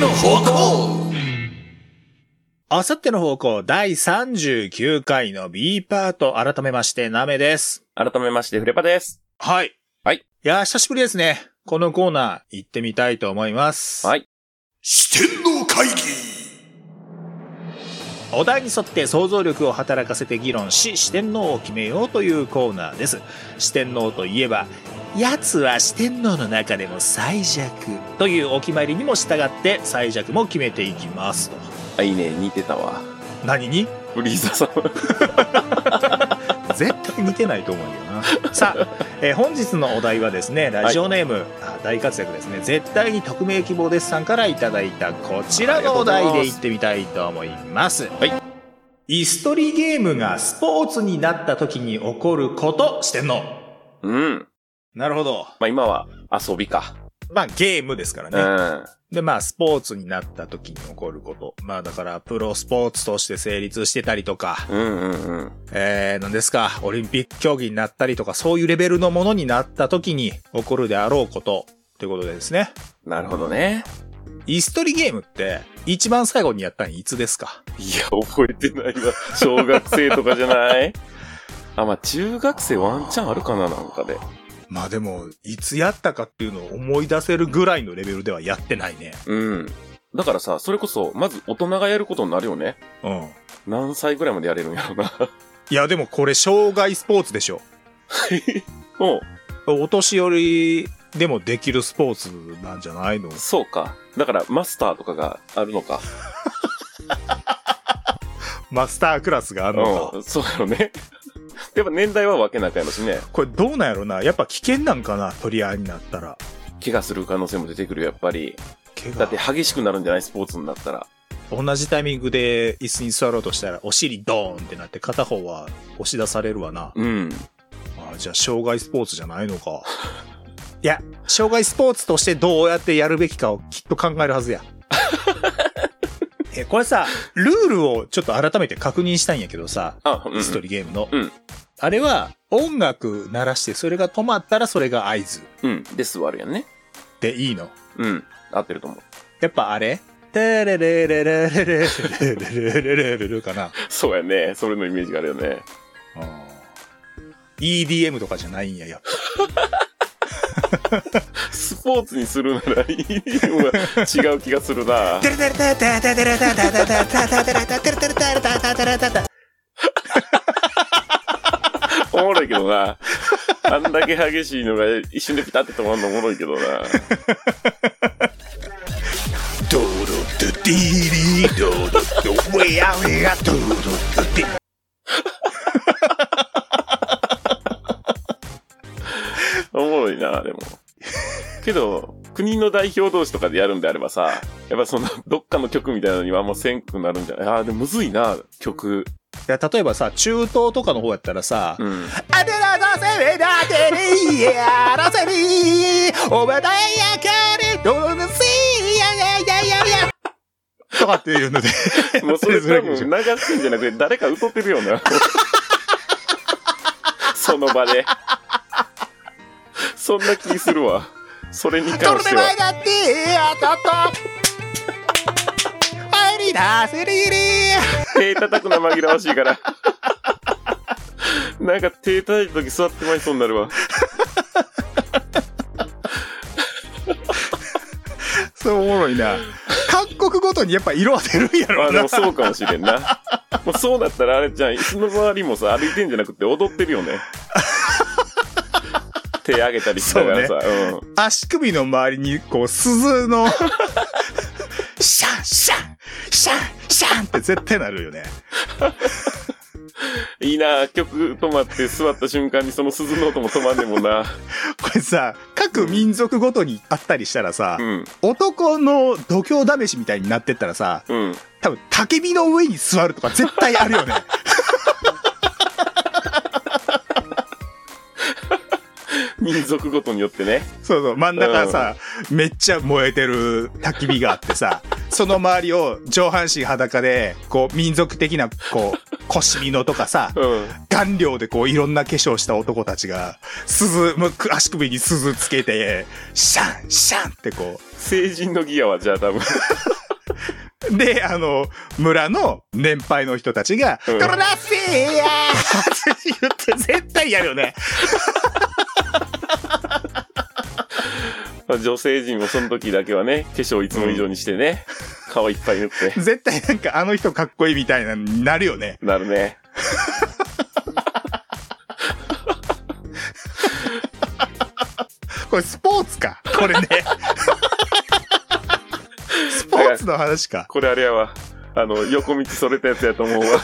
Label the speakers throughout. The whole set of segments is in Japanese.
Speaker 1: 方向
Speaker 2: あさっての方向第39回の B パート改めましてナメです。
Speaker 3: 改めまして、フレパです。
Speaker 2: はい。
Speaker 3: はい。
Speaker 2: いやー、久しぶりですね。このコーナー行ってみたいと思います。。
Speaker 3: はいい。
Speaker 1: 四天王会議
Speaker 2: お題に沿って想像力を働かせて議論し、四天王を決めようというコーナーです。四天王といえば、奴は四天王の中でも最弱というお決まりにも従って最弱も決めていきますと。
Speaker 3: あ、いいね。似てたわ。
Speaker 2: 何に
Speaker 3: フリーザさん。
Speaker 2: 絶対似てないと思うよなさあ、えー本日のお題はですねラジオネーム、あ大活躍ですね絶対に匿名希望ですさんからいただいたこちらのお題でいってみたいと思います
Speaker 3: はい
Speaker 2: 椅子取りゲームがスポーツになった時に起こることしてんの
Speaker 3: うん。
Speaker 2: なるほど
Speaker 3: まあ今は遊びか。
Speaker 2: まあゲームですから
Speaker 3: う
Speaker 2: ね、
Speaker 3: ん。
Speaker 2: でまあスポーツになった時に起こることまあだからプロスポーツとして成立してたりとか
Speaker 3: うんうんうん。
Speaker 2: えー、何ですか、オリンピック競技になったりとか、そういうレベルのものになった時に起こるであろうこと、ということでですね。
Speaker 3: なるほどね。
Speaker 2: 椅子取りゲームって、一番最後にやったのいつですか
Speaker 3: いや、覚えてないな。小学生とかじゃない あ、まあ中学生ワンチャンあるかななんかで。
Speaker 2: まあでも、いつやったかっていうのを思い出せるぐらいのレベルではやってないね。
Speaker 3: うん。だからさ、それこそ、まず大人がやることになるよね。
Speaker 2: うん。
Speaker 3: 何歳ぐらいまでやれるんやろう な。
Speaker 2: いや、でもこれ、障害スポーツでしょ。
Speaker 3: も
Speaker 2: お年寄りでもできるスポーツなんじゃないの
Speaker 3: う、そうか。だからマスターとかがあるのか。
Speaker 2: マスタークラスがあるのか。
Speaker 3: うん。そうやろね。 やっぱ年代は分けなきゃやろしね。
Speaker 2: これどうなんやろなやっぱ危険なんかな取り合いになったら。
Speaker 3: 怪我する可能性も出てくるよ、やっぱり。
Speaker 2: 怪我
Speaker 3: だって激しくなるんじゃないスポーツになったら。
Speaker 2: 同じタイミングで椅子に座ろうとしたらお尻ドーンってなって片方は押し出されるわな。
Speaker 3: うん。
Speaker 2: あじゃあ障害スポーツじゃないのか。いや、障害スポーツとしてどうやってやるべきかをきっと考えるはずや。え、これさ、ルールをちょっと改めて確認したいんやけどさ、
Speaker 3: あ、うん、うん。
Speaker 2: ストーリーゲームの。
Speaker 3: うん
Speaker 2: あれは音楽鳴らしてそれが止まったらそれが合図
Speaker 3: うん。で、座るやんね。
Speaker 2: でいいの
Speaker 3: うん。合ってると思う。
Speaker 2: やっぱあれテレレレレレレレレレレレレレかな。
Speaker 3: そうやね。それのイメージがあるよね。
Speaker 2: あー EDM とかじゃないんや、やっぱ。
Speaker 3: スポーツにするなら、いいは違う気がするな。
Speaker 2: テレテレテレテレテレテレテレテレテレテレテレテレテレテレテレテレテレテレ
Speaker 3: おもろいけどな。あんだけ激しいのが一瞬でピタって止まるのおもろいけどな。
Speaker 2: ドロドゥディリードロドゥウェアウェアドロドゥディ
Speaker 3: おもろいな、でも。けど、国の代表同士とかでやるんであればさ、やっぱその、どっかの曲みたいなのにはあんませんくなるんじゃないああ、でもむずいな、曲。
Speaker 2: いや例えばさ、中東とかの方やったらさ、
Speaker 3: うん。
Speaker 2: アデラザセベダデリエアラセリオバダヤカレドルシヤヤヤヤヤとかっていうので、
Speaker 3: もうそれ
Speaker 2: それ
Speaker 3: 多
Speaker 2: それ
Speaker 3: 分流してんじゃなくて、誰か歌ってるよな。 その場で。そんな気するわ。それに
Speaker 2: ト
Speaker 3: 関
Speaker 2: ル
Speaker 3: し
Speaker 2: ネ
Speaker 3: て
Speaker 2: バイ
Speaker 3: は。
Speaker 2: ダティアタタアリダセリリ
Speaker 3: 手叩くの紛らわしいから。なんか手叩いた時座ってまいそうになるわ。
Speaker 2: そうおもろいな各国ごとにやっぱ色は出るんや
Speaker 3: ま
Speaker 2: ろ
Speaker 3: あ
Speaker 2: な
Speaker 3: でもそうかもしれんな。もうそうだったらあれちゃん、椅子の周りもさ、歩いてんじゃなくて踊ってるよね。手上げたりしながらさ。うん。
Speaker 2: 足首の周りにこう鈴の シャンシャンシャンシャンって絶対なるよね
Speaker 3: いいな曲止まって座った瞬間にその鈴の音も止まんねんもんな。
Speaker 2: これさ各民族ごとにあったりしたらさ
Speaker 3: う、ん。
Speaker 2: 男の度胸試しみたいになってったらさ
Speaker 3: うん。
Speaker 2: 多分焚き火の上に座るとか絶対あるよね
Speaker 3: 民族ごとによってね。
Speaker 2: そうそう、真ん中さ、めっちゃ燃えてる焚き火があって さ、その周りを上半身裸で、こう、民族的な、こ う、腰身のとかさ、
Speaker 3: うん。
Speaker 2: 顔料でこう、いろんな化粧した男たちが、鈴、むく足首に鈴つけて、シャン、シャンってこう、
Speaker 3: 成人のギアはじゃあ多分。
Speaker 2: で、あの、村の年配の人たちが、
Speaker 3: うん
Speaker 2: トロナッセーやー って言って絶対やるよね。
Speaker 3: まあ女性陣もその時だけはね、化粧いつも以上にしてね、顔いっぱい塗って。
Speaker 2: 絶対なんかあの人かっこいいみたいなのになるよね。
Speaker 3: なるね。
Speaker 2: これスポーツか。こ れね。スポーツの話か。
Speaker 3: これあれやわ。あの、横道それたやつやと思うわ。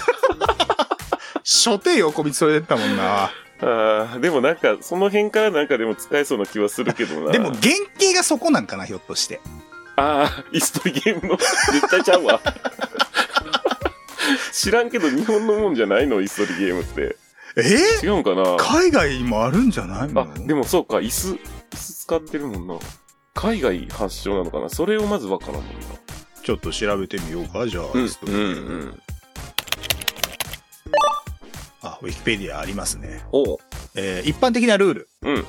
Speaker 2: 初手横道それでったもんな。
Speaker 3: あーでもなんか、その辺からなんかでも使えそうな気はするけどな。
Speaker 2: でも、原型がそこなんかな、ひょっとして。
Speaker 3: ああ、椅子取りゲームの、絶対ちゃう わ。知らんけど日本のもんじゃないの椅子取りゲームって。
Speaker 2: えー
Speaker 3: 違うんかな
Speaker 2: 海外にもあるんじゃないの
Speaker 3: あ、でもそうか、椅子、椅子使ってるもんな。海外発祥なのかなそれをまずわからんもんな。
Speaker 2: ちょっと調べてみようか、じゃあ。
Speaker 3: うん、うん。
Speaker 2: あ、ウィキペディアありますね。
Speaker 3: おう
Speaker 2: えー一般的なルール。
Speaker 3: うん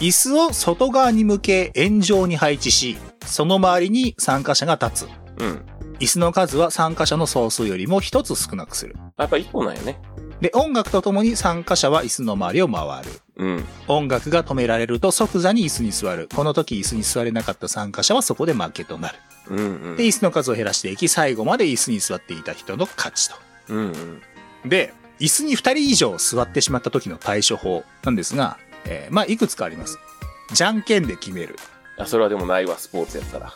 Speaker 2: 椅子を外側に向け円状に配置し、その周りに参加者が立つ。
Speaker 3: うん。
Speaker 2: 椅子の数は参加者の総数よりも一つ少なくする。
Speaker 3: やっぱ一個なんやね。
Speaker 2: で、音楽とともに参加者は椅子の周りを回る。
Speaker 3: うん。
Speaker 2: 音楽が止められると即座に椅子に座る。この時椅子に座れなかった参加者はそこで負けとなる。
Speaker 3: うんうん。
Speaker 2: で、椅子の数を減らしていき、最後まで椅子に座っていた人の勝ちと。
Speaker 3: うんうん。
Speaker 2: で、椅子に2人以上座ってしまった時の対処法なんですが、えーまあ、いくつかあります。じゃんけんで決める。
Speaker 3: あ、それはでもないわ、スポーツやったら。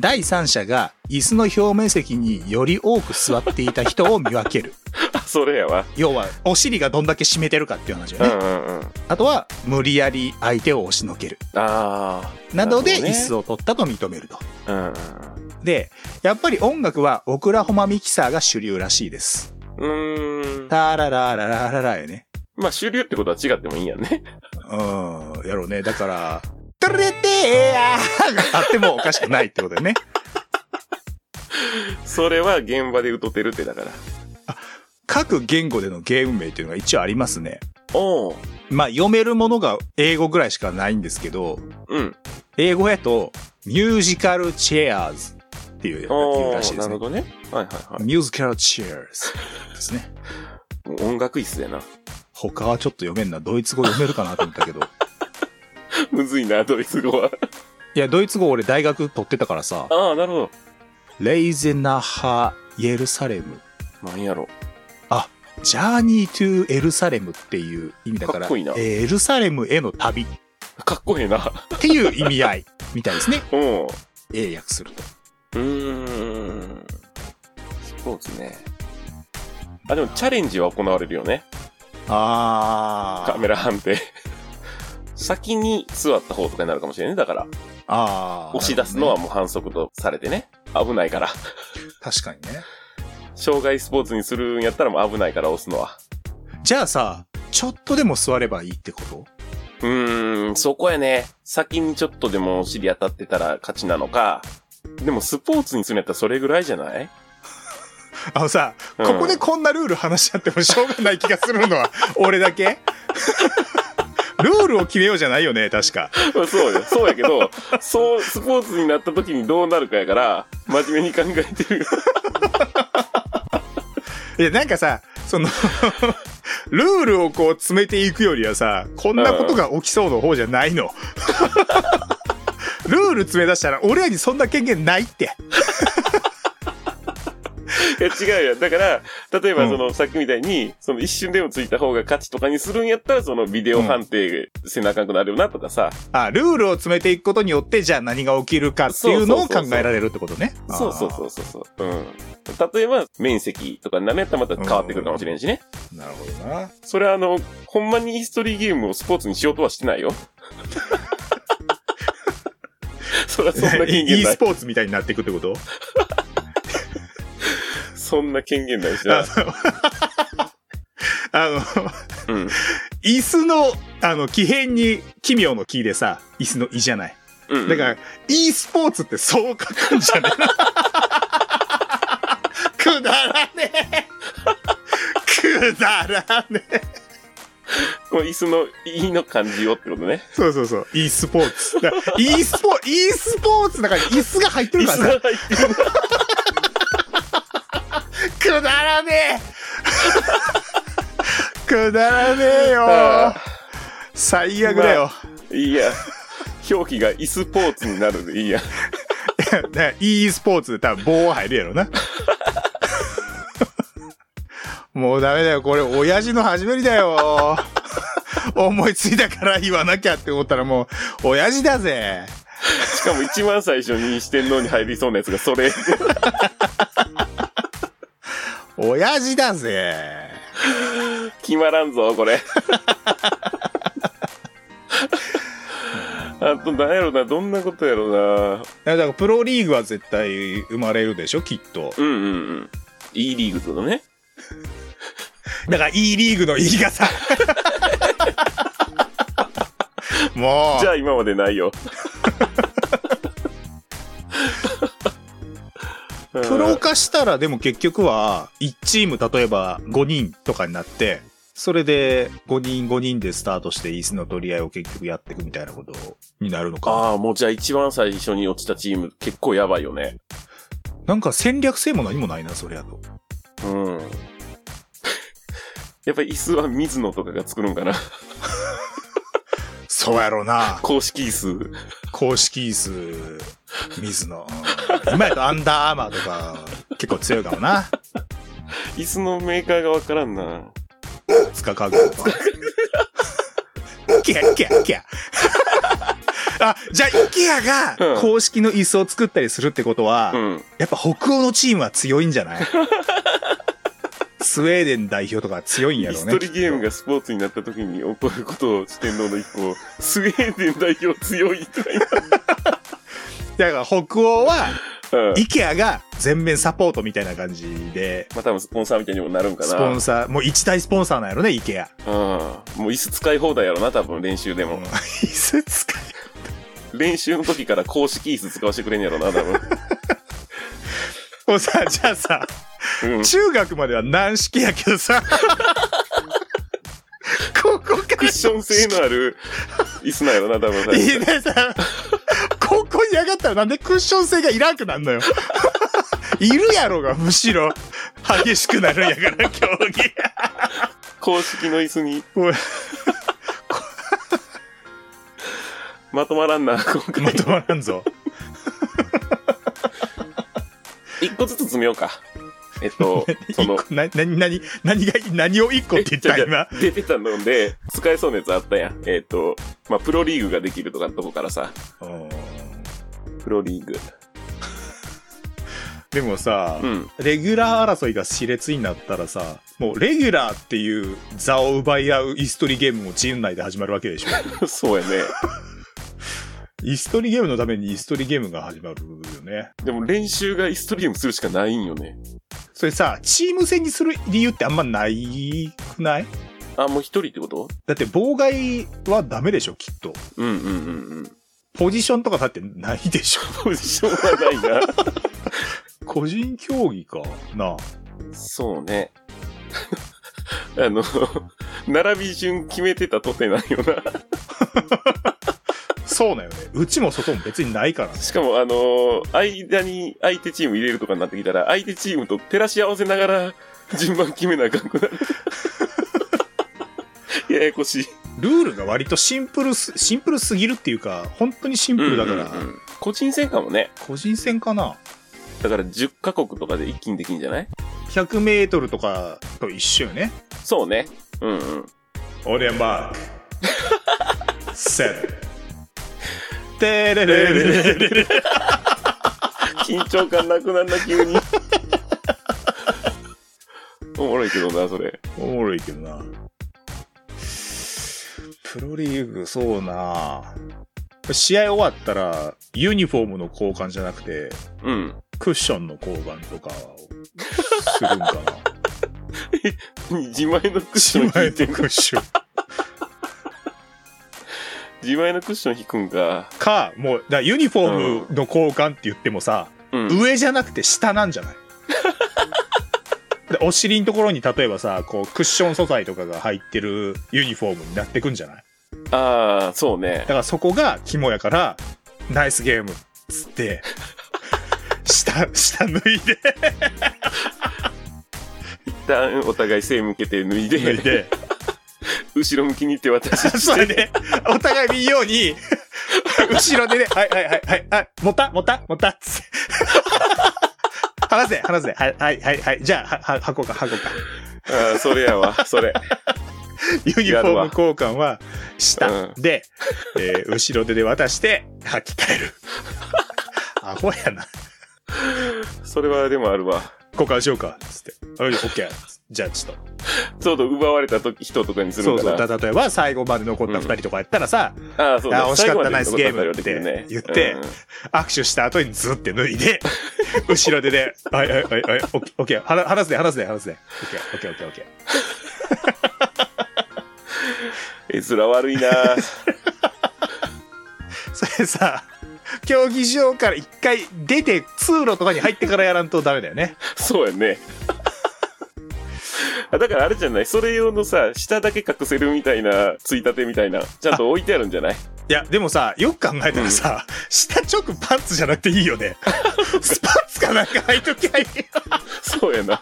Speaker 2: 第三者が椅子の表面積により多く座っていた人を見分ける。
Speaker 3: あ、それやわ。
Speaker 2: 要は、お尻がどんだけ締めてるかっていう話よ
Speaker 3: うんう
Speaker 2: ね。
Speaker 3: んうん。
Speaker 2: あとは、無理やり相手を押しのける。
Speaker 3: あ
Speaker 2: などで
Speaker 3: なるほどね
Speaker 2: 椅子を取ったと認めると。
Speaker 3: あ。うん
Speaker 2: で、やっぱり音楽はオクラホマミキサーが主流らしいです。
Speaker 3: うん。うーん。
Speaker 2: タララララララよね。
Speaker 3: まあ、主流ってことは違ってもいいんやね。
Speaker 2: うん、やろうね。だから、トレテーやーがあってもおかしくないってことだよね。
Speaker 3: それは現場で歌ってるってだから。
Speaker 2: 各言語でのゲーム名っていうのが一応ありますね。
Speaker 3: おう。
Speaker 2: まあ読めるものが英語ぐらいしかないんですけど、
Speaker 3: うん。
Speaker 2: 英語やとミュージカルチェアーズっていう言
Speaker 3: お
Speaker 2: う
Speaker 3: う
Speaker 2: らしいで
Speaker 3: な
Speaker 2: す
Speaker 3: る
Speaker 2: ね
Speaker 3: ほ。どね。はいはいは
Speaker 2: ミュージカルチェアーズですね。
Speaker 3: い。もう音楽椅子やな。
Speaker 2: 他はちょっと読めんな。ドイツ語読めるかなと思ったけど。
Speaker 3: むずいな、ドイツ語は。
Speaker 2: いや、ドイツ語俺大学取ってたからさ、
Speaker 3: ああ、なるほど。
Speaker 2: レイゼナハ・イエルサレム、
Speaker 3: なんやろ。
Speaker 2: ジャーニー・トゥ・エルサレムっていう意味だから、
Speaker 3: かっこいいな
Speaker 2: えーエルサレムへの旅っ
Speaker 3: かっこええな。
Speaker 2: ていう意味合いみたい ですね。
Speaker 3: うん。う
Speaker 2: 英訳すると。
Speaker 3: ーん。スポーツね。あ、でもチャレンジは行われるよね。
Speaker 2: あ
Speaker 3: カメラ判定。 先に座った方とかになるかもしれんね。だから、
Speaker 2: あー
Speaker 3: 押し出すのは
Speaker 2: なる
Speaker 3: もう反則とされてね。危ないから。
Speaker 2: ほどね確かにね。
Speaker 3: 障害スポーツにするんやったらもう危ないから押すのは。
Speaker 2: じゃあさ、ちょっとでも座ればいいってこと
Speaker 3: うーん、そこやね。先にちょっとでもお尻当たってたら勝ちなのか。でもスポーツにするんやったらそれぐらいじゃない
Speaker 2: あのさ、
Speaker 3: うん
Speaker 2: ここでこんなルール話し合ってもしょうがない気がするのは俺だけ ルールを決めようじゃないよね、確か。
Speaker 3: まあそうよ。そうやけど、そう、スポーツになった時にどうなるかやから、真面目に考えてるよ。
Speaker 2: いや、なんかさ、その、 ルールをこう詰めていくよりはさ、こんなことが起きそうの方じゃない の。ルール詰め出したら、俺らにそんな権限ないって。
Speaker 3: いや、違うよ。だから、例え
Speaker 2: う
Speaker 3: ば
Speaker 2: ん
Speaker 3: その、さっきみたいに、その一瞬でもついた方が勝ちとかにするんやったら、そのビデオ判定せなあかんくなるよなとかさ。
Speaker 2: あ、ルールを詰めていくことによって、じゃあ何が起きるかっていうのを考えられるってことね。
Speaker 3: そうそうそううそうそう。うん。例えば、面積とかになるんやったらまた変わってくるかもしれんしね。。
Speaker 2: なるほどな。
Speaker 3: それはあの、ほんまにヒストリーゲームをスポーツにしようとはしてな いよ。そりゃそんな権
Speaker 2: e
Speaker 3: 限な
Speaker 2: ス
Speaker 3: い。
Speaker 2: ポーツみたいになっていくってこと
Speaker 3: そんな権限ないし
Speaker 2: あ
Speaker 3: な。
Speaker 2: のあの、
Speaker 3: うん。
Speaker 2: 椅子の、あの、奇変に奇妙の奇でさ、椅子の「い」じゃない。
Speaker 3: うん。
Speaker 2: だから、e スポーツってそう書くんじゃ ねえくだらねえくだらねえ
Speaker 3: この椅子の、いいの感じをってことね。
Speaker 2: そうそうそう。e スポーツ。だから e スポーツ、e スポーツの中に椅子が入って
Speaker 3: 椅
Speaker 2: るから
Speaker 3: 子
Speaker 2: さ。
Speaker 3: が入ってる。
Speaker 2: くだらねえくだらねえよ
Speaker 3: あ
Speaker 2: 最悪だよ、
Speaker 3: ーいいや。表記がイスポーツになるでいいや。
Speaker 2: ね e スポーツで多分棒入るやろな。 もうダメだよ。これ、親父の始まりだよ。 思いついたから言わなきゃって思ったらもう、親父だぜ。
Speaker 3: しかも一番最初に四天王に入りそうなやつがそれ。
Speaker 2: 親父だぜ。
Speaker 3: 決まらんぞ、 これ。あと、なんやろな、どんなことやろな。
Speaker 2: いやだからプロリーグは絶対生まれるでしょ、きっと。
Speaker 3: うんうんうん。いいリーグとかね。
Speaker 2: だから E リーグの E がさ。 も
Speaker 3: じゃあ今までないよ。
Speaker 2: う、プロ化したらでも結局は、1チーム例えば5人とかになって、それで5人5人でスタートして椅子の取り合いを結局やっていくみたいなことになるのか。
Speaker 3: ああ、もうじゃあ一番最初に落ちたチーム結構やばいよね。
Speaker 2: なんか戦略性も何もないな、それやと。
Speaker 3: うん。 やっぱり椅子は水野とかが作るんかな。
Speaker 2: そうやろうな。
Speaker 3: 公式椅子。
Speaker 2: 公式椅子、水野。うん今やとアンダーアーマーとか結構強いかもな。
Speaker 3: 椅子のメーカーがわからんな。
Speaker 2: つかかぐとか。キャキャキャ。あ、じゃあ、イケア
Speaker 3: う
Speaker 2: が
Speaker 3: ん
Speaker 2: 公式の椅子を作ったりするってことは、
Speaker 3: うん。
Speaker 2: やっぱ北欧のチームは強いんじゃない スウェーデン代表とか強いんや
Speaker 3: 椅
Speaker 2: ろう
Speaker 3: 子
Speaker 2: ね。
Speaker 3: 取りゲームがスポーツになった時に起こることを四 天王の一個、スウェーデン代表強いとか言 っ
Speaker 2: だから北欧は、
Speaker 3: た。うん。
Speaker 2: イケアが全面サポートみたいな感じで、
Speaker 3: まあ多分スポンサーみたいにもなるんかな。
Speaker 2: スポンサー、もう一大スポンサーなんやろね、イケア。
Speaker 3: うん。もう椅子使い放題やろな、多分練習で
Speaker 2: うん
Speaker 3: も。
Speaker 2: 椅子使い。
Speaker 3: 練習の時から公式椅子使わせてくれんやろな、多 分。
Speaker 2: もうさ、じゃあさ、
Speaker 3: うん。
Speaker 2: 中学までは軟式やけど さ、ここから
Speaker 3: クッション性のある椅子なんやろな、多分。最
Speaker 2: いい
Speaker 3: 初
Speaker 2: ね、さ、ここに上がったらなんでクッション性がいらんくなんのよ。いるやろが、むしろ。激しくなるんやから、競技。
Speaker 3: 公式の椅子に
Speaker 2: おい
Speaker 3: まとまらんな、今
Speaker 2: ま
Speaker 3: 回。
Speaker 2: とまらんぞ。
Speaker 3: 一個ずつ詰めようか。えっ と、そ
Speaker 2: 一
Speaker 3: の
Speaker 2: 個、、な、な、なに、何が、何を一個って言った
Speaker 3: え違う違う
Speaker 2: 今。
Speaker 3: 出てたので、使えそうなやつあったやん。えっと、まあ、プロリーグができるとかのとこからさ、
Speaker 2: うん
Speaker 3: プロリーグ。
Speaker 2: でもさ
Speaker 3: う、ん。
Speaker 2: レギュラー争いが熾烈になったらさ、もうレギュラーっていう座を奪い合う椅子取りゲームもチーム内で始まるわけで しょ。
Speaker 3: そうやね。
Speaker 2: 椅子取りゲームのために椅子取りゲームが始まるよね。
Speaker 3: でも練習が椅子取りゲームするしかないんよね。
Speaker 2: それさ、チーム戦にする理由ってあんまないくない
Speaker 3: あ、もう一人ってこと
Speaker 2: だって妨害はダメでしょ、きっと。
Speaker 3: うんうんうんうん。
Speaker 2: ポジションとかだってないでしょ。
Speaker 3: ポジションはない な。
Speaker 2: 個人競技かなあ
Speaker 3: そうね。 あの、並び順決めてたとてないよな。
Speaker 2: そうだよね。うちも外も別にないからね。
Speaker 3: しかも、あの間に相手チーム入れるとかになってきたら、相手チームと照らし合わせながら順番決めなあかんく なる。ややこしい。
Speaker 2: ルールが割とシンプルす、シンプルすぎるっていうか、本当にシンプルだから、
Speaker 3: うんうんうん個人戦かもね。
Speaker 2: 個人戦かな
Speaker 3: だから10カ国とかで一気にできんじゃない
Speaker 2: ?100 メートルとかと一緒よね。
Speaker 3: そうね。うんうん。
Speaker 2: 俺はマーク。セブン。てれれれれれれ。
Speaker 3: 緊張感なくなんな、急 に。おもろいけどな、それ。
Speaker 2: おもろいけどな。プロリーグ、そうな試合終わったら、ユニフォームの交換じゃなくて、
Speaker 3: うん。
Speaker 2: クッションの交換とかをするんかな。
Speaker 3: 自前の クッ
Speaker 2: 自
Speaker 3: ション
Speaker 2: 前
Speaker 3: 引い
Speaker 2: の
Speaker 3: てん
Speaker 2: クッション。
Speaker 3: 自前のクッション引くんか。
Speaker 2: か、もう、だからユニフォームの交換って言ってもさ、
Speaker 3: うん。
Speaker 2: 上じゃなくて下なんじゃないでお尻のところに例えばさ、こう、クッション素材とかが入ってるユニフォームになってくんじゃない
Speaker 3: ああ、そうね
Speaker 2: だ。からそこが肝やから、ナイスゲームっつって、下、下脱いで、
Speaker 3: 旦お互い背向けて脱い
Speaker 2: 脱い
Speaker 3: で、
Speaker 2: で。
Speaker 3: 後ろ向きにって私
Speaker 2: そうやね。お互い見ように、後ろでね、はいはいはいはい、はい、持った持った持ったっつって話せ話せ。はいはいはいはい。じゃあ、は、は、箱か箱か。
Speaker 3: ああ、それやわ、それ。
Speaker 2: ユニフォーム交換はした
Speaker 3: うん
Speaker 2: で、えー後ろ手で渡して履き替える。アホやな。
Speaker 3: それはでもあるわ。
Speaker 2: 交換しようか。つって。はい、オッケー。じゃあちょっと。
Speaker 3: ちょうど奪われた時人とかにする
Speaker 2: そ
Speaker 3: ん
Speaker 2: う
Speaker 3: か
Speaker 2: そう。
Speaker 3: な。
Speaker 2: だ例えば最後まで残った二人とかやったらさ、
Speaker 3: ああ、そうだ
Speaker 2: あ惜しかった
Speaker 3: 最後まで
Speaker 2: ナイスゲーム
Speaker 3: 残ったりはできるね
Speaker 2: って言って
Speaker 3: うん
Speaker 2: 握手した後にズって脱い で、後ろ手で、はいはいはいはい、オッケーオッケー、はな話すね、話すね、話すね。オッケーオッケーオッケーオッケー。
Speaker 3: 絵面 悪いな
Speaker 2: それさ、競技場から一回出て通路とかに入ってからやらんとダメだよね。
Speaker 3: そうやね。あだからあれじゃないそれ用のさ、下だけ隠せるみたいな、ついたてみたいな、ちゃんと置いてあるんじゃない
Speaker 2: いや、でもさ、よく考えたらさ、下直パンツじゃなくていいよ ね。スパッツかなんか履いときゃいいよ。
Speaker 3: そうやな。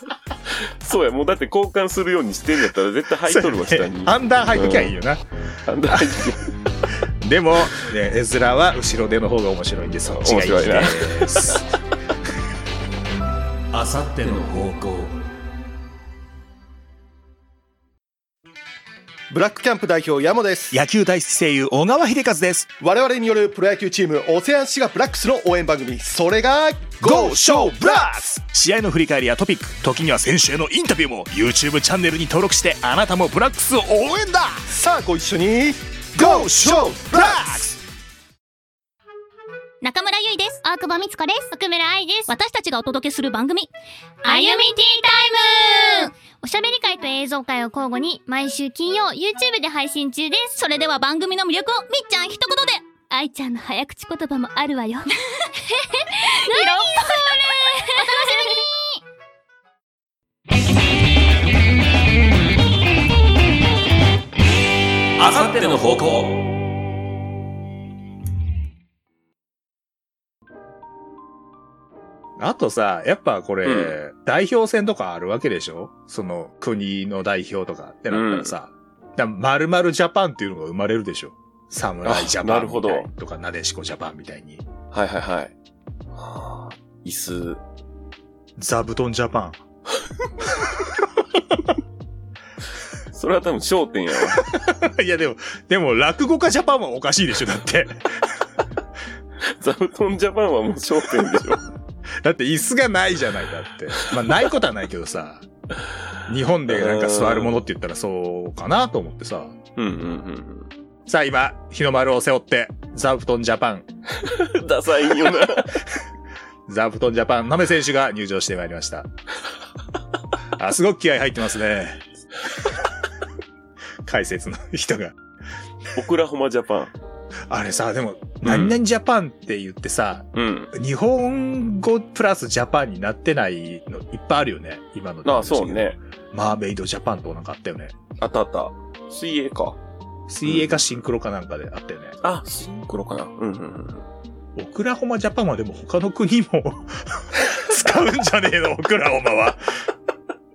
Speaker 3: そうや、もうだって交換するようにしてんだったら絶対 履いとる わ、
Speaker 2: そう
Speaker 3: 下
Speaker 2: や
Speaker 3: に
Speaker 2: ね。アンダー履いときゃいいよな。
Speaker 3: あんだ履いてる
Speaker 2: でも、ね、絵面は後ろ手の方が面白いんで、そっちがいい
Speaker 3: 面白い
Speaker 2: です。
Speaker 1: あさっての方向
Speaker 4: ブラックキャンプ代表ヤモです
Speaker 5: 野球大好き声優小川秀和です
Speaker 4: 我々によるプロ野球チームオセアンシガブラックスの応援番組それが
Speaker 5: GO SHOW BLAST 試合の振り返りやトピック時には選手へのインタビューも YouTube チャンネルに登録してあなたもブラックスを応援だ
Speaker 4: さあご一緒に
Speaker 5: GO SHOW BLAST
Speaker 6: 中村ゆいです。大久保美津子です。奥村愛です。私たちがお届けする番組、あゆみティータイムおしゃべり会と映像会を交互に毎週金曜 YouTube で配信中です。それでは番組の魅力をみっちゃん一言で愛ちゃんの早口言葉もあるわ よ。何それお楽しみに
Speaker 1: あさっての方向
Speaker 2: あとさ、やっぱこれ、
Speaker 3: う
Speaker 2: 代表戦とかあるわけでしょその国の代表とかってなったらさ、だまるまるジャパンっていうのが生まれるでしょ侍ジャ
Speaker 3: あ
Speaker 2: パ
Speaker 3: な
Speaker 2: ン
Speaker 3: る
Speaker 2: み
Speaker 3: ほ
Speaker 2: た
Speaker 3: ど
Speaker 2: いにとか、なでしこジャパンみたいに。
Speaker 3: はいはいはい。はあ椅子。
Speaker 2: ザブトンジャパン。
Speaker 3: それは多分焦点や わ。
Speaker 2: いやでも、でも落語家ジャパンはおかしいでしょだって。
Speaker 3: 座布団ジャパンはもう焦点でしょ。
Speaker 2: だって椅子がないじゃないだって。まあないことはないけどさ、日本でなんか座るものって言ったらそうかなと思ってさ。
Speaker 3: うんうんうん
Speaker 2: さあ今、日の丸を背負って、ザブトンジャパン、
Speaker 3: うん。ダサいよな。
Speaker 2: ザブトンジャパン、ナメ選手が入場してまいりました。あ、すごく気合入ってますね。解説の人が。
Speaker 3: オクラホマジャパン。
Speaker 2: あれさ、でも、
Speaker 3: ん
Speaker 2: 何々ジャパンって言ってさ、
Speaker 3: うん。
Speaker 2: 日本語プラスジャパンになってないのいっぱいあるよね。今の。
Speaker 3: ああ、そう。ね。
Speaker 2: マーメイドジャパンとかなんかあったよね。
Speaker 3: あったあった。水泳か。
Speaker 2: 水泳かシンクロかなんかであったよね。
Speaker 3: あ、シンクロかな。うんうんうん。
Speaker 2: オクラホマジャパンはでも他の国も 使うんじゃねえの、オクラホマは。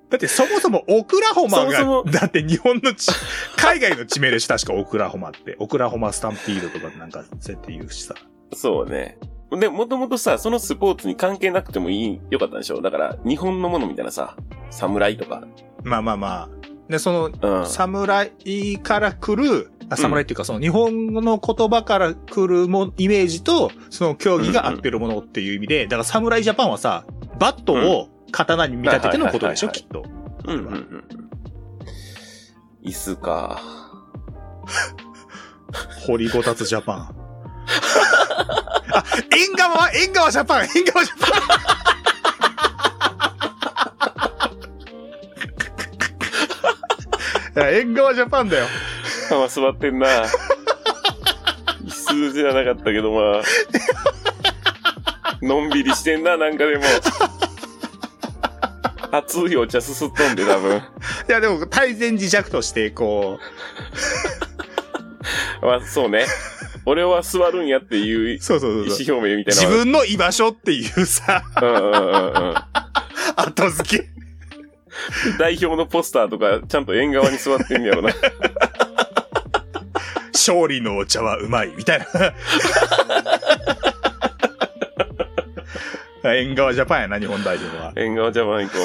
Speaker 2: だってそもそもオクラホマが、
Speaker 3: そもそも
Speaker 2: だって日本の地、海外の地名でしょ、確かオクラホマって。オクラホマスタンピードとかなんかそうやって言うしさ。
Speaker 3: そうね。で、もともとさ、そのスポーツに関係なくてもいい、よかったんでしょだから、日本のものみたいなさ、侍とか。
Speaker 2: まあまあまあ。で、そ
Speaker 3: うん
Speaker 2: の、。侍から来る、あ侍っていうか、その日本語の言葉から来るも、イメージと、その競技が合ってるものっていう意味で、だから侍ジャパンはさ、バットを刀に見立ててのことでしょ、
Speaker 3: はいはいはいはい
Speaker 2: きっと。
Speaker 3: うんうんうんうん。椅子か。
Speaker 2: 堀ごたつジャパン。あ、縁側縁側ジャパン縁側ジャパンいや縁側ジャパンだよ。
Speaker 3: あ、まあ、座ってんな。椅子じゃなかったけど、まあ。のんびりしてんな、なんかでも。熱いお茶すすっとんで、多分。
Speaker 2: いや、でも、大前自弱として、こ
Speaker 3: まあ、そうね。俺は座るんやっていう
Speaker 2: う、そうそう
Speaker 3: 意
Speaker 2: そうそう。
Speaker 3: 思表明みたいな。
Speaker 2: 自分の居場所っていうさ、
Speaker 3: うんうんうんうん。
Speaker 2: 後付け。
Speaker 3: 代表のポスターとか、ちゃんと縁側に座ってんやろな。
Speaker 2: 勝利のお茶はうまい、みたいな。 縁側ジャパンやな、日本代表は。
Speaker 3: 縁側ジャパン行こ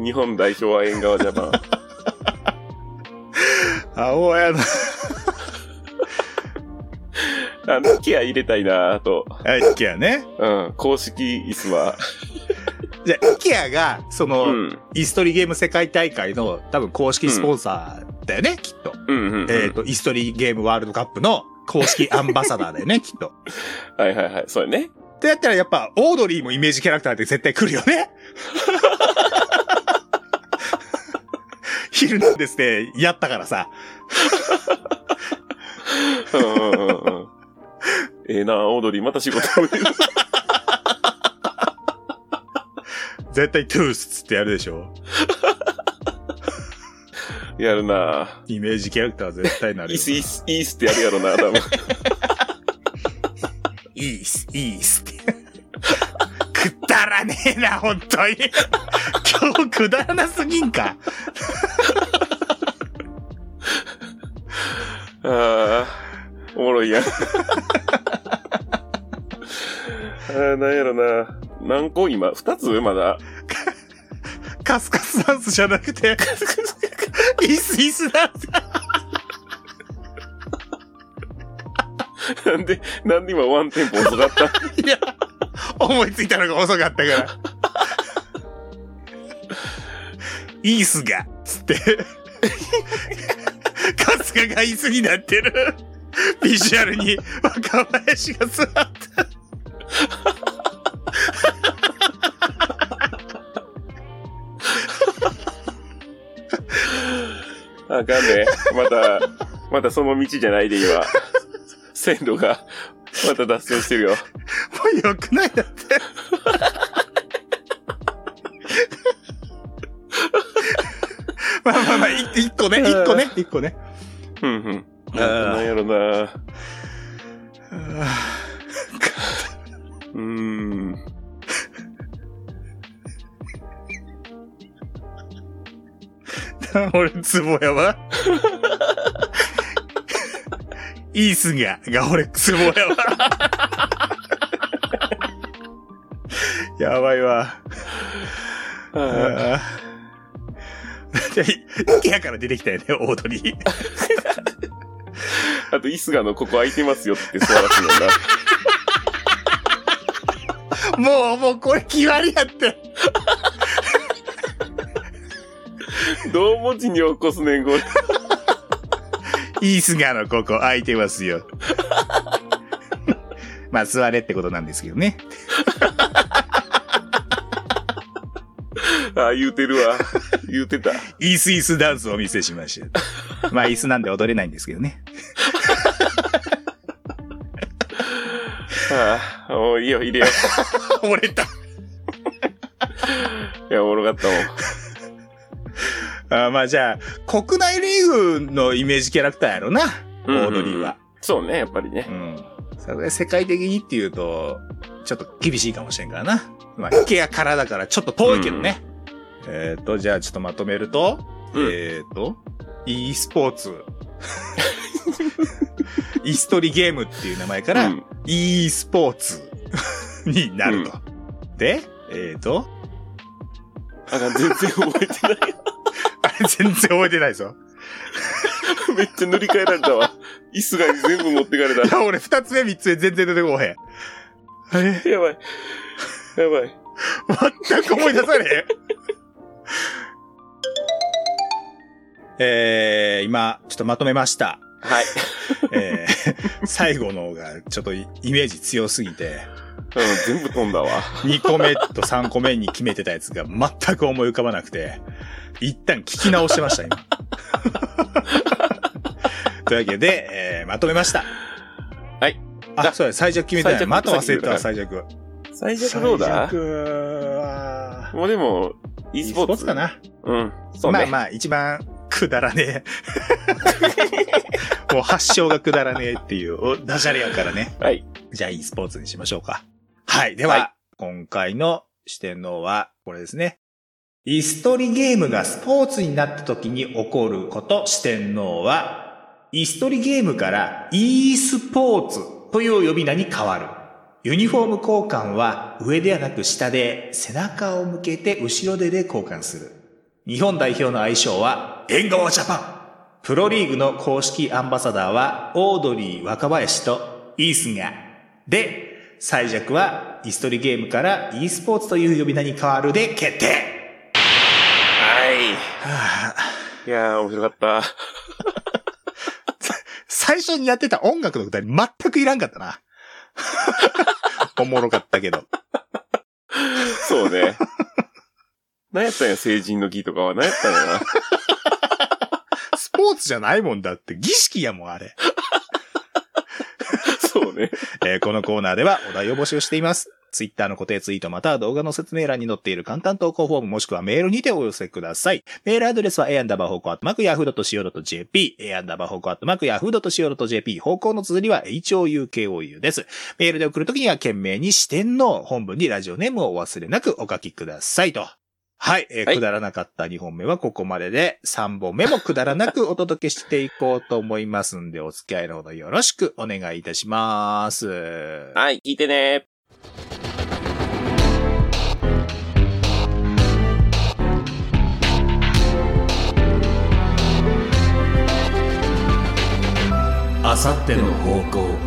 Speaker 3: う。日本代表は縁側ジャパン。
Speaker 2: 青やな。
Speaker 3: あの、ケア入れたいなぁと。
Speaker 2: はい、IKEA ね。
Speaker 3: うん。公式椅子は。
Speaker 2: じゃあ、IKEA が、その、
Speaker 3: うん。
Speaker 2: イストリゲーム世界大会の多分公式スポンサーだよね、きっと。
Speaker 3: うんうん、うん。
Speaker 2: えっ、と、イストリゲームワールドカップの公式アンバサダーだよね、きっと。
Speaker 3: はいはいはい。そうやね。
Speaker 2: ってやったらやっぱ、オードリーもイメージキャラクターで絶対来るよね。 昼なんですね、やったからさ。
Speaker 3: うんうんうんうん。ええな、オードリー、また仕事を。
Speaker 2: 絶対トゥースっつってやるでしょ。
Speaker 3: やるな
Speaker 2: イメージキャラクター絶対なる
Speaker 3: イ
Speaker 2: よ
Speaker 3: スイス、イスってやるやろな、多分。
Speaker 2: いいっす、いいっすって。くだらねえな、本当に。今日くだらなすぎんか。
Speaker 3: ああ、おもろいやん。ああ、なんやろな。何個今二つまだ。
Speaker 2: カスカスダンスじゃなくて、イスイスダンス。
Speaker 3: なんで、なんで今ワンテンポ遅かった
Speaker 2: いや、 思いついたのが遅かったから。 イースが、つって。 カスカがイスになってる。ビジュアルに若林が座った。
Speaker 3: あかんね。また、またその道じゃないで今。線路が、また脱線してるよ。
Speaker 2: もう良くないだって。 まあまあまあ、い一個ね、一個ね、一個ね。
Speaker 3: うんうん。
Speaker 2: あー
Speaker 3: なんやろな。
Speaker 2: あ
Speaker 3: うーん。
Speaker 2: ー 俺、ツボやわ。イースが、が俺、ツボやわ。やばいわ。
Speaker 3: あ
Speaker 2: あーじゃあ、イケアから出てきたよね、オードリー。
Speaker 3: あと、イスガのここ空いてますよって座らすのな。
Speaker 2: もう、もうこれ決まりやって。
Speaker 3: 同文字に起こすねん、これ。
Speaker 2: いいすがのここ空いてますよ。まあ座れってことなんですけどね。
Speaker 3: ああ、言うてるわ。言うてた。
Speaker 2: イースイスダンスをお見せしました。まあ椅子なんで踊れないんですけどね。
Speaker 3: ああ、もういいよ、入れよ
Speaker 2: 折れた。
Speaker 3: う。いや、おもろかったもん。
Speaker 2: あまあじゃあ、国内リーグのイメージキャラクターやろな。オ
Speaker 3: うんうんう
Speaker 2: ー
Speaker 3: ん
Speaker 2: ドリーは。
Speaker 3: そうね、やっぱりね
Speaker 2: う。ん。それ世界的にっていうと、ちょっと厳しいかもしれんからな。まあ、ケアからだからちょっと遠いけどね。えっ、と、じゃあちょっとまとめると、
Speaker 3: うん
Speaker 2: えっ、と、e スポーツ。 イストリゲームっていう名前か
Speaker 3: う
Speaker 2: ら、
Speaker 3: ん
Speaker 2: e スポーツ になると。で、えっ、と、
Speaker 3: あかん、全然覚えてない。
Speaker 2: あれ全然覚えてないぞ。
Speaker 3: めっちゃ塗り替えられたわ。イスガに全部持ってか
Speaker 2: い
Speaker 3: れた。
Speaker 2: や、俺二つ目三つ目全然出てこへん。あれ
Speaker 3: やばい。やばい。
Speaker 2: 全く思い出されへん。えー、今、ちょっとまとめました。
Speaker 3: はい。
Speaker 2: え ー、最後のが、ちょっとイイメージ強すぎて、
Speaker 3: うん、全部飛んだわ。
Speaker 2: 2個目と3個目に決めてたやつが全く思い浮かばなくて、一旦聞き直してました、 今。というわけで、えー、まとめました。
Speaker 3: はい。
Speaker 2: あ、そうだ、最弱決めてな
Speaker 3: 最
Speaker 2: い。
Speaker 3: 弱
Speaker 2: また忘れてたわ、
Speaker 3: 最
Speaker 2: 最弱。
Speaker 3: 最弱どうだ
Speaker 2: 最弱は、
Speaker 3: もうでも、e スポーツ。
Speaker 2: か。な。
Speaker 3: うん。そうね。
Speaker 2: まあまあ、一番くだらね え。もう発祥がくだらねえっていうおダジャレやからね。
Speaker 3: はい。
Speaker 2: じゃあ、e スポーツにしましょうか。はい。では、
Speaker 3: はい
Speaker 2: 今回の四天王は、これですね。
Speaker 5: イス取りゲームがスポーツになった時に起こること四天王は、イス取りゲームから e スポーツという呼び名に変わる。ユニフォーム交換は上ではなく下で背中を向けて後ろ手で交換する。日本代表の愛称は、援護ジャパンプロリーグの公式アンバサダーは、オードリー若林とイースが。で、最弱は、イストリゲームから e スポーツという呼び名に変わるで決定
Speaker 3: いやー、面白かった。
Speaker 2: 最初にやってた音楽の歌に全くいらんかったな。 おもろかったけど。
Speaker 3: そうね。何やったんや、成人の儀とかは。何やったんやな。
Speaker 2: スポーツじゃないもんだって、儀式やもん、あれ。
Speaker 3: そうね。
Speaker 2: えーこのコーナーではお題を募集しています。ツイッターの固定ツイートまたは動画の説明欄に載っている簡単投稿フォームもしくはメールにてお寄せください。メールアドレスは a アンダーバー方向アットマーク yahoo.co.jp、a アンダーバー方向アットマーク yahoo.co.jp、方向の綴りは houkou です。メールで送るときには懸命に視点の本文にラジオネームをお忘れなくお書きくださいと。はい、えー
Speaker 3: はい
Speaker 2: くだらなかった2本目はここまでで、3本目もくだらなくお届けしていこうと思いますんで、お付き合いのほどよろしくお願いいたします。
Speaker 3: はい、聞いてね。
Speaker 1: あさっての方向